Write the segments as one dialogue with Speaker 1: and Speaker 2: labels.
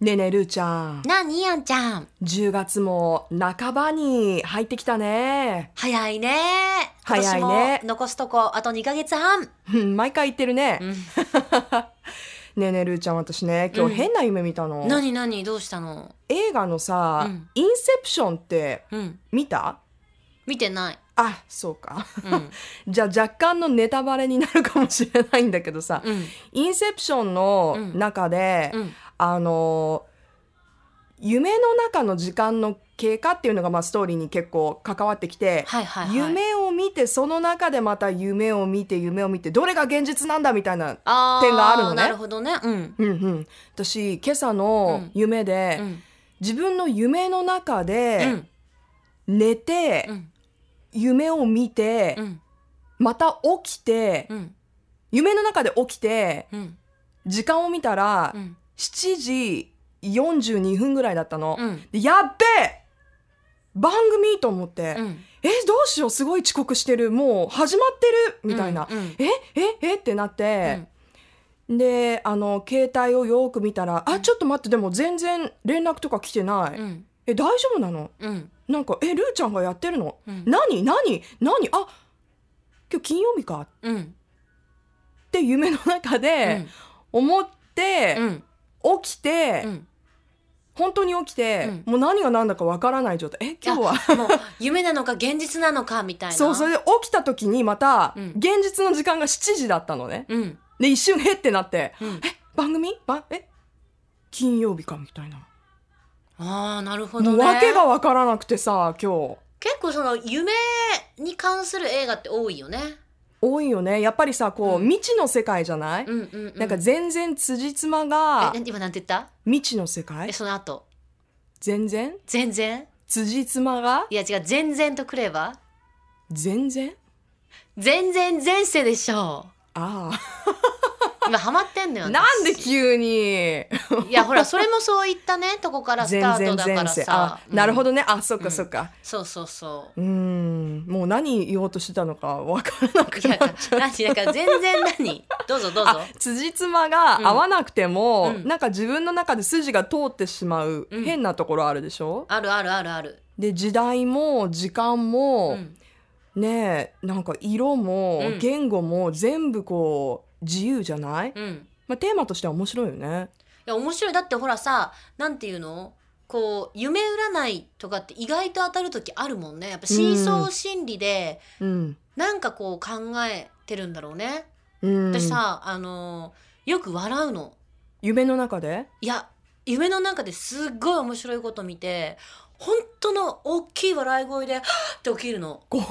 Speaker 1: ねえねえるーちゃん
Speaker 2: なにやんちゃん
Speaker 1: 10月も半ばに入ってきたね
Speaker 2: 早いね
Speaker 1: 早いね
Speaker 2: 今年も残すとこあと2ヶ月半、
Speaker 1: うん毎回言ってるね、ねえねえるーちゃん私ね今日
Speaker 2: うん
Speaker 1: 変な夢見たの、
Speaker 2: なになにどうしたの
Speaker 1: 映画のさ、
Speaker 2: うん
Speaker 1: インセプション」って
Speaker 2: うん
Speaker 1: 見た
Speaker 2: 見てない、
Speaker 1: あそうか
Speaker 2: うん
Speaker 1: じゃあ若干のネタバレになるかもしれないんだけどさ
Speaker 2: うん
Speaker 1: 「インセプション」の中で、
Speaker 2: うん、
Speaker 1: あの夢の中の時間の経過っていうのがまあストーリーに結構関わってきて、
Speaker 2: はいはいはい
Speaker 1: 夢を見てその中でまた夢を見て夢を見てどれが現実なんだみたいな、
Speaker 2: あー
Speaker 1: 点があるのね
Speaker 2: なるほどねうん、
Speaker 1: うんうん、私今朝
Speaker 2: う
Speaker 1: の
Speaker 2: ん
Speaker 1: 夢で、
Speaker 2: うん
Speaker 1: 自分の夢の中
Speaker 2: う
Speaker 1: で
Speaker 2: ん
Speaker 1: 寝て、
Speaker 2: うん
Speaker 1: 夢を見て、
Speaker 2: うん
Speaker 1: また起きて、
Speaker 2: うん
Speaker 1: 夢の中で起きて
Speaker 2: うん
Speaker 1: 時間を見たら、
Speaker 2: うん
Speaker 1: 7時42分ぐらいだったの。
Speaker 2: うん
Speaker 1: でやっべえ番組と思って、
Speaker 2: うん
Speaker 1: えどうしようすごい遅刻してるもう始まってるみたいな。
Speaker 2: うんうん
Speaker 1: えええってなって、であの携帯をよーく見たら「
Speaker 2: う
Speaker 1: あ
Speaker 2: ん
Speaker 1: ちょっと待ってでも全然連絡とか来てない、
Speaker 2: うん
Speaker 1: え大丈夫なの
Speaker 2: うん
Speaker 1: なんかえルーちゃんがやってるの
Speaker 2: うん
Speaker 1: 何何何あ今日金曜日か」っ
Speaker 2: うん
Speaker 1: て夢の中で思って
Speaker 2: う、ん
Speaker 1: 起きて、
Speaker 2: うん
Speaker 1: 本当に起きて、
Speaker 2: うん
Speaker 1: もう何が何だかわからない状態え今日は
Speaker 2: あもう夢なのか現実なのかみたい な
Speaker 1: そうそれで起きた時にまた、
Speaker 2: うん
Speaker 1: 現実の時間が7時だったのね
Speaker 2: うん
Speaker 1: で一瞬へってなって
Speaker 2: うん
Speaker 1: 番組ばえ金曜日かみたいな
Speaker 2: ああなるほ
Speaker 1: も
Speaker 2: ど
Speaker 1: う
Speaker 2: ね
Speaker 1: 訳が分からなくてさ今日
Speaker 2: 結構その夢に関する映画って多いよね。
Speaker 1: 多いよねやっぱりさこう、
Speaker 2: うん
Speaker 1: 未知の世界じゃない、
Speaker 2: うんうん、うん。
Speaker 1: なんか全然辻褄が
Speaker 2: え今なんて言った？
Speaker 1: 未知の世
Speaker 2: え
Speaker 1: 界
Speaker 2: その後
Speaker 1: 全然
Speaker 2: 全然
Speaker 1: 辻褄が
Speaker 2: いや違う全然とくれば
Speaker 1: 全然
Speaker 2: 全然前世でしょ
Speaker 1: あ
Speaker 2: う。今ハマってんのよ。
Speaker 1: あ
Speaker 2: 私
Speaker 1: なんで急に
Speaker 2: いやほらそれもそういったねとこからス
Speaker 1: 全
Speaker 2: タート
Speaker 1: 然
Speaker 2: だか
Speaker 1: 前
Speaker 2: ら
Speaker 1: 世あ。
Speaker 2: さ
Speaker 1: なるほ
Speaker 2: ど。
Speaker 1: どねあそっかそっか
Speaker 2: そうそうそう。
Speaker 1: うーんもう何言おうとしてたのか分からなく
Speaker 2: い
Speaker 1: て
Speaker 2: や何だから全然何どうぞどうぞ
Speaker 1: あ。辻褄が合わなくても、
Speaker 2: うん
Speaker 1: なんか自分の中で筋が通ってしまう
Speaker 2: うん
Speaker 1: 変なところあるでしょ、
Speaker 2: あるあるあるある。
Speaker 1: で時代も時間
Speaker 2: う
Speaker 1: も、
Speaker 2: ん
Speaker 1: ねえなんか色も
Speaker 2: うん
Speaker 1: 言語も全部こう自由じゃない、
Speaker 2: うん。
Speaker 1: まあ、テーマとしては面白いよね。
Speaker 2: いや面白いだってほらさなんていうのこう夢占いとかって意外と当たる時あるもんねやっぱ深層心理で
Speaker 1: うん、
Speaker 2: なんかこう考えてるんだろうね、
Speaker 1: うん
Speaker 2: 私さあのーよく笑うの
Speaker 1: 夢の中で
Speaker 2: いや夢の中ですっごい面白いこと見て本当の大きい笑い声で「はっ!」って起きるの
Speaker 1: 怖い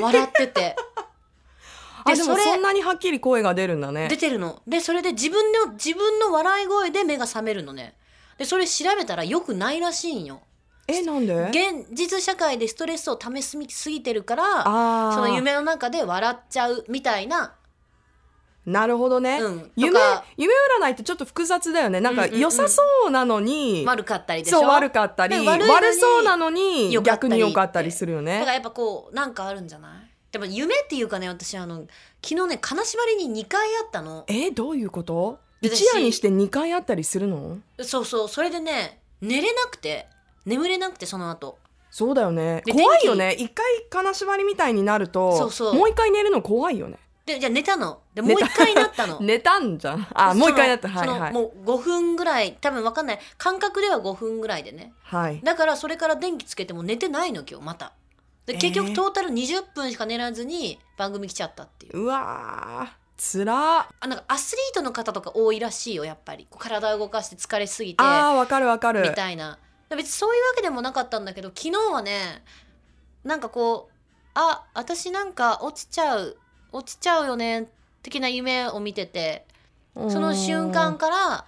Speaker 2: 笑ってて
Speaker 1: あでも
Speaker 2: それ
Speaker 1: そんなにはっきり声が出るんだね
Speaker 2: 出。てるのでそれで自分の自分の笑い声で目が覚めるのねでそれ調べたらよくないらしいんよ
Speaker 1: えなんで
Speaker 2: 現実社会でストレスをためすぎすぎてるから
Speaker 1: あー
Speaker 2: その夢の中で笑っちゃうみたいな、
Speaker 1: なるほどね。
Speaker 2: うん、と
Speaker 1: 夢
Speaker 2: か
Speaker 1: 夢占いってちょっと複雑だよねなんか
Speaker 2: うんうんうん
Speaker 1: 良さそうなのに、
Speaker 2: 悪かったりでしょ
Speaker 1: そう悪かったり
Speaker 2: ね悪い
Speaker 1: 悪
Speaker 2: のに
Speaker 1: そうなのに
Speaker 2: 良かった
Speaker 1: 逆
Speaker 2: り
Speaker 1: に良かったりするよ
Speaker 2: だか
Speaker 1: ね
Speaker 2: らやっぱこうなんかあるんじゃないでも夢っていうかね私あの昨日ね金縛りに2回あったの
Speaker 1: えどういうこと
Speaker 2: で
Speaker 1: 一夜にして2回あったりするの
Speaker 2: そうそうそれでね寝れなくて眠れなくてその後
Speaker 1: そうだよね
Speaker 2: で
Speaker 1: 怖いよね一回金縛りみたいになると
Speaker 2: そうそう
Speaker 1: もう一回寝るの怖いよね
Speaker 2: でじゃあ寝たのでも
Speaker 1: 寝
Speaker 2: う
Speaker 1: た
Speaker 2: 1回なった の
Speaker 1: 寝たんじゃんあもう一回なった
Speaker 2: そ
Speaker 1: はい
Speaker 2: の
Speaker 1: はい
Speaker 2: そのもう5分ぐらい多分分かんない感覚では5分ぐらいでね
Speaker 1: はい
Speaker 2: だからそれから電気つけても寝てないの今日またで
Speaker 1: えー
Speaker 2: 結局トータル20分しか寝らずに番組来ちゃったっていう、
Speaker 1: うわーつら
Speaker 2: あなんかアスリートの方とか多いらしいよやっぱりこう体を動かして疲れすぎて
Speaker 1: あーわかるわか
Speaker 2: み
Speaker 1: る
Speaker 2: たいなで別にそういうわけでもなかったんだけど昨日はねなんかこうあ私なんか落ちちゃう落ちちゃうよね的な夢を見ててその瞬間から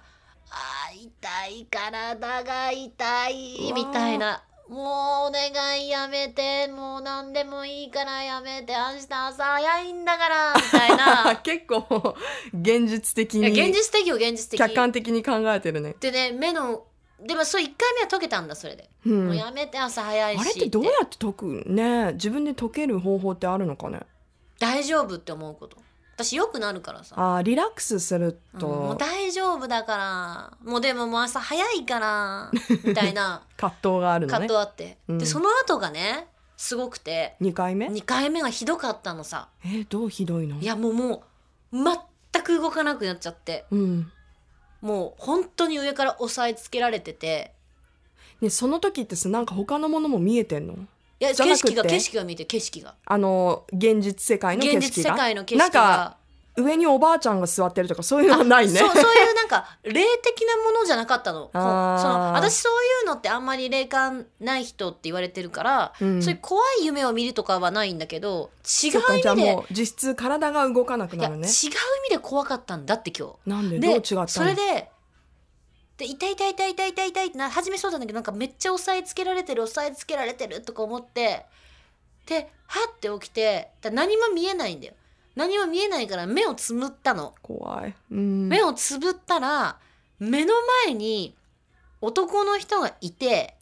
Speaker 2: あー痛い体が痛いみたいなもうお願いやめてもう何でもいいからやめて明日朝早いんだからみた い
Speaker 1: あ
Speaker 2: な
Speaker 1: 結構現実的
Speaker 2: いや
Speaker 1: に
Speaker 2: 現実的よ現実
Speaker 1: 客
Speaker 2: 的
Speaker 1: 観的に考えてるね、
Speaker 2: でね目のでもそう1回目は解けたんだそれで、
Speaker 1: うん、
Speaker 2: もうやめて朝早いし
Speaker 1: あれってどうやって解くね自分で解ける方法ってあるのかね
Speaker 2: 大丈夫って思うこと私よくなるからさ、
Speaker 1: あーリラックスする
Speaker 2: うんもう
Speaker 1: と
Speaker 2: 大丈夫だからもうでももう朝早いからみたい な
Speaker 1: 葛藤があるの
Speaker 2: 葛
Speaker 1: ね
Speaker 2: 藤あって、
Speaker 1: うん
Speaker 2: でその後がねすごくて
Speaker 1: 2回目
Speaker 2: 2回目がひどかったのさ
Speaker 1: えーどうひどいの
Speaker 2: いやもうもう全く動かなくなっちゃって
Speaker 1: うん
Speaker 2: もう本当に上から押さえつけられてて
Speaker 1: ね、その時ってさなんか他のものも見えてんの
Speaker 2: いや
Speaker 1: じゃな
Speaker 2: 景
Speaker 1: くて
Speaker 2: 色が景色が見えて景色が
Speaker 1: あの現実世界の景
Speaker 2: 現実
Speaker 1: 色
Speaker 2: 世
Speaker 1: が
Speaker 2: 界の景
Speaker 1: な
Speaker 2: 色
Speaker 1: んか
Speaker 2: が
Speaker 1: 上におばあちゃんが座ってるとかそういうのはないね
Speaker 2: そうそういうなんか霊的なものじゃなかったのこうそ
Speaker 1: あー
Speaker 2: の私そういうのってあんまり霊感ない人って言われてるから、
Speaker 1: うん
Speaker 2: そういう怖い夢を見るとかはないんだけど違う
Speaker 1: そっか
Speaker 2: 意
Speaker 1: じゃあ
Speaker 2: 味で、
Speaker 1: もう実質体が動かなく
Speaker 2: いや
Speaker 1: な
Speaker 2: 違
Speaker 1: る
Speaker 2: う意
Speaker 1: ね
Speaker 2: 味で怖かったんだって今日。
Speaker 1: なんで
Speaker 2: で
Speaker 1: どう違ったの
Speaker 2: それでで痛い痛い痛い痛い痛い痛いってな初めそうだったんだけどなんかめっちゃ押さえつけられてる押さえつけられてるとか思ってではって起きてだ何も見えないんだよ何も見えないから目をつむったの、
Speaker 1: 怖い、うん、
Speaker 2: 目をつぶったら目の前に男の人がいて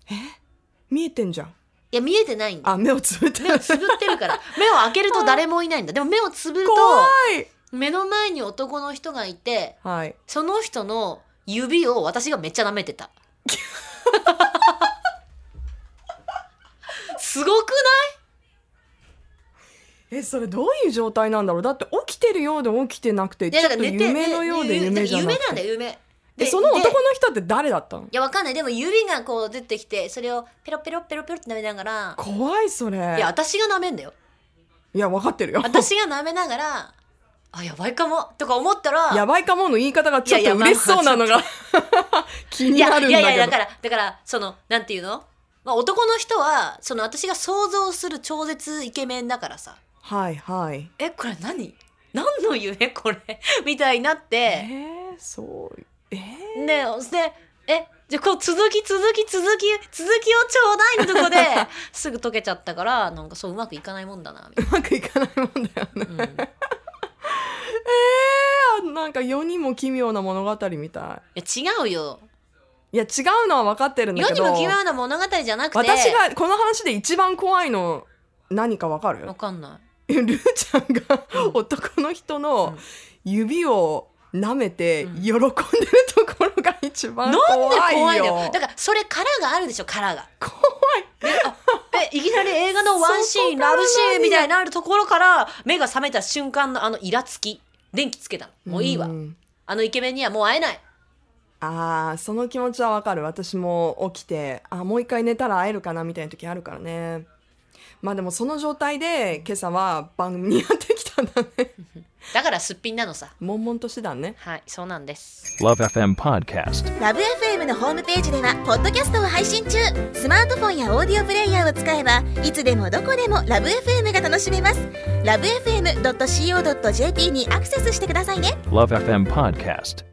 Speaker 1: 見えてんじゃん
Speaker 2: いや見えてないんだ
Speaker 1: あ目をつぶって
Speaker 2: 目をつぶってるから目を開けると誰もいないんだでも目をつぶる
Speaker 1: 怖
Speaker 2: と
Speaker 1: い
Speaker 2: 目の前に男の人がいて
Speaker 1: はい
Speaker 2: その人の指を私がめっちゃ舐め てた。すごく
Speaker 1: えそれどういう状態なんだろうだって起きてるようで起きてなくて
Speaker 2: ないね
Speaker 1: ちょ
Speaker 2: だ
Speaker 1: っ
Speaker 2: から
Speaker 1: と
Speaker 2: 寝て
Speaker 1: 夢のようで
Speaker 2: ね
Speaker 1: 夢じゃなく
Speaker 2: 夢なんだ
Speaker 1: て
Speaker 2: よ夢。
Speaker 1: えその男
Speaker 2: で
Speaker 1: の人って誰だったの
Speaker 2: いやわかんないでも指がこう出てきてそれをペロペロペロペロって舐めながら
Speaker 1: 怖いそれ
Speaker 2: いや私が舐めんだよ
Speaker 1: いや分かってるよ
Speaker 2: 私が舐めながらあやばいかもとか思った ら
Speaker 1: やばいかもの言い方がちょっ
Speaker 2: いや
Speaker 1: と
Speaker 2: いや
Speaker 1: 嬉しそうなの が気に
Speaker 2: いや
Speaker 1: なるんだけど
Speaker 2: いやいやだからだからそのなんていうの、まあ、男の人はその私が想像する超絶イケメンだからさ
Speaker 1: はいはい
Speaker 2: えこれ何何の夢これみたいになっ
Speaker 1: え
Speaker 2: て、
Speaker 1: ー、そうえー、
Speaker 2: ででえじゃあこう続き続き続き続きをちょうだいの とこですぐ溶けちゃったからなんかそううまくいかないもんだなみたいう
Speaker 1: まくいかないもんだよね
Speaker 2: な、うんい
Speaker 1: あなんか世にも奇妙な物語みた
Speaker 2: や違うよ
Speaker 1: いいや違うのは分かってるんだ
Speaker 2: 世
Speaker 1: け
Speaker 2: に
Speaker 1: ど
Speaker 2: も奇妙な物語じゃなくて
Speaker 1: 私がこの話で一番怖いの何か分かる
Speaker 2: わかんな
Speaker 1: え
Speaker 2: い
Speaker 1: ルーちゃんが
Speaker 2: うん
Speaker 1: 男の人
Speaker 2: う
Speaker 1: の
Speaker 2: ん
Speaker 1: 指を舐めて
Speaker 2: うん
Speaker 1: 喜んでるところが一番怖
Speaker 2: なんで
Speaker 1: いよ。
Speaker 2: 怖いのよだからそれ殻があるでしょ殻が
Speaker 1: 怖い
Speaker 2: であえいきなり映画のワンシーン
Speaker 1: そこから
Speaker 2: ラブシーンみたい
Speaker 1: 何
Speaker 2: になるところから目が覚めた瞬間のあのイラつき電気つけたのもういいわ、
Speaker 1: ん
Speaker 2: あのイケメンにはもう会えない
Speaker 1: あーその気持ちはわかる私も起きてあもう一回寝たら会えるかなみたいな時あるからねまあでもその状態で今朝は番組にやってきたんだね
Speaker 2: だからすっぴんなのさ
Speaker 1: 悶々としてたね
Speaker 2: はいそうなんです
Speaker 3: Love FM Podcast.
Speaker 4: ラブ f m のホームページではポッドキャストを配信中スマートフォンやオーディオプレイヤーを使えばいつでもどこでもラブ f m が楽しめますラブ FM.co.jp にアクセスしてくださいね
Speaker 3: Love FM Podcast.